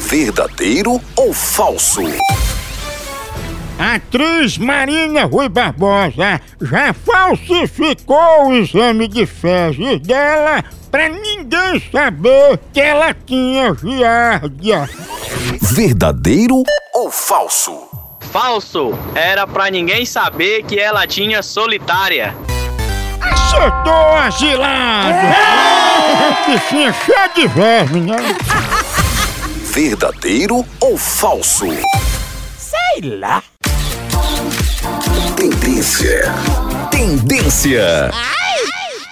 verdadeiro ou falso? A atriz Marina Rui Barbosa já falsificou o exame de fezes dela pra ninguém saber que ela tinha giardia. Verdadeiro ou falso? Falso! Era pra ninguém saber que ela tinha solitária. Acertou, agilado! Bichinha cheia de verme, né? Verdadeiro ou falso? Sei lá. Tendência. Tendência.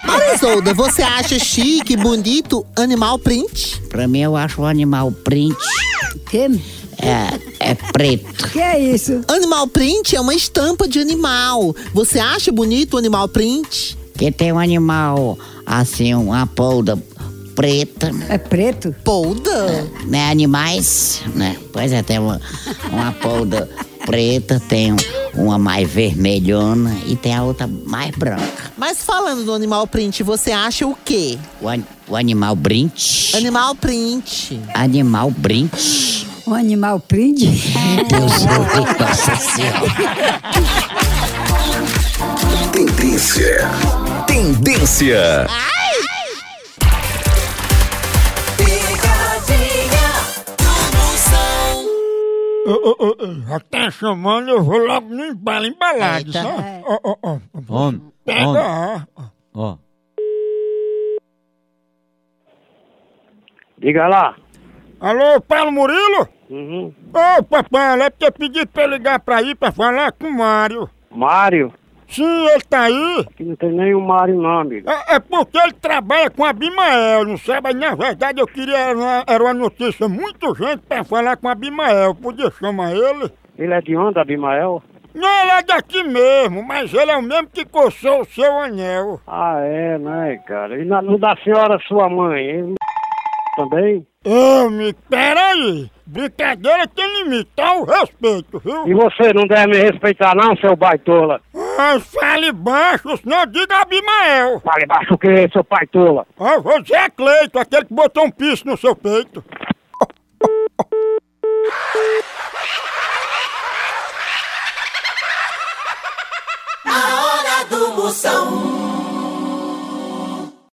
Marisolda, você acha chique, bonito, animal print? Pra mim, eu acho o animal print Que, é, é preto. que é isso? Animal print é uma estampa de animal. Você acha bonito o animal print? Que tem um animal, assim, uma polda preta, É preto? Polda. né? Animais, né? Pois é, tem uma, uma polda preta, tem uma mais vermelhona e tem a outra mais branca. Mas falando do animal print, você acha o quê? O, an- o animal brint. Animal print. Animal brint. Um animal print? Deus, nossa senhora. Tendência. Tendência. Picadinha do Moção. Ô, ô, ô, ô, já tá chamando, eu vou logo no embalo, embalado, Eita. só. É. Ó, ó, ó, ó. On, on, Pega, ó. ó. Diga lá. Alô, Paulo Murilo? Uhum. Ô, papai, ela é porque eu pedi pra eu ligar pra ir pra falar com o Mário. Mário? Sim, ele tá aí. Aqui não tem nenhum Mário não, amigo. É, é porque ele trabalha com a Abimael, não sabe? Mas, Na verdade, eu queria, era uma, era uma notícia muito urgente pra falar com a Abimael. Podia chamar ele? Ele é de onde, Abimael? Não, ele é daqui mesmo, mas ele é o mesmo que coçou o seu anel. Ah, é, né, cara? E na, no da senhora, sua mãe? Ele também? Ô, me peraí. Brincadeira tem limite, tá? O respeito, E viu? você não deve me respeitar não, seu baitola? Ah, fale baixo, senão diga Abimael. Fale baixo o quê, seu baitola? Ah, você é Cleito, aquele que botou um piso no seu peito. A hora do Moção.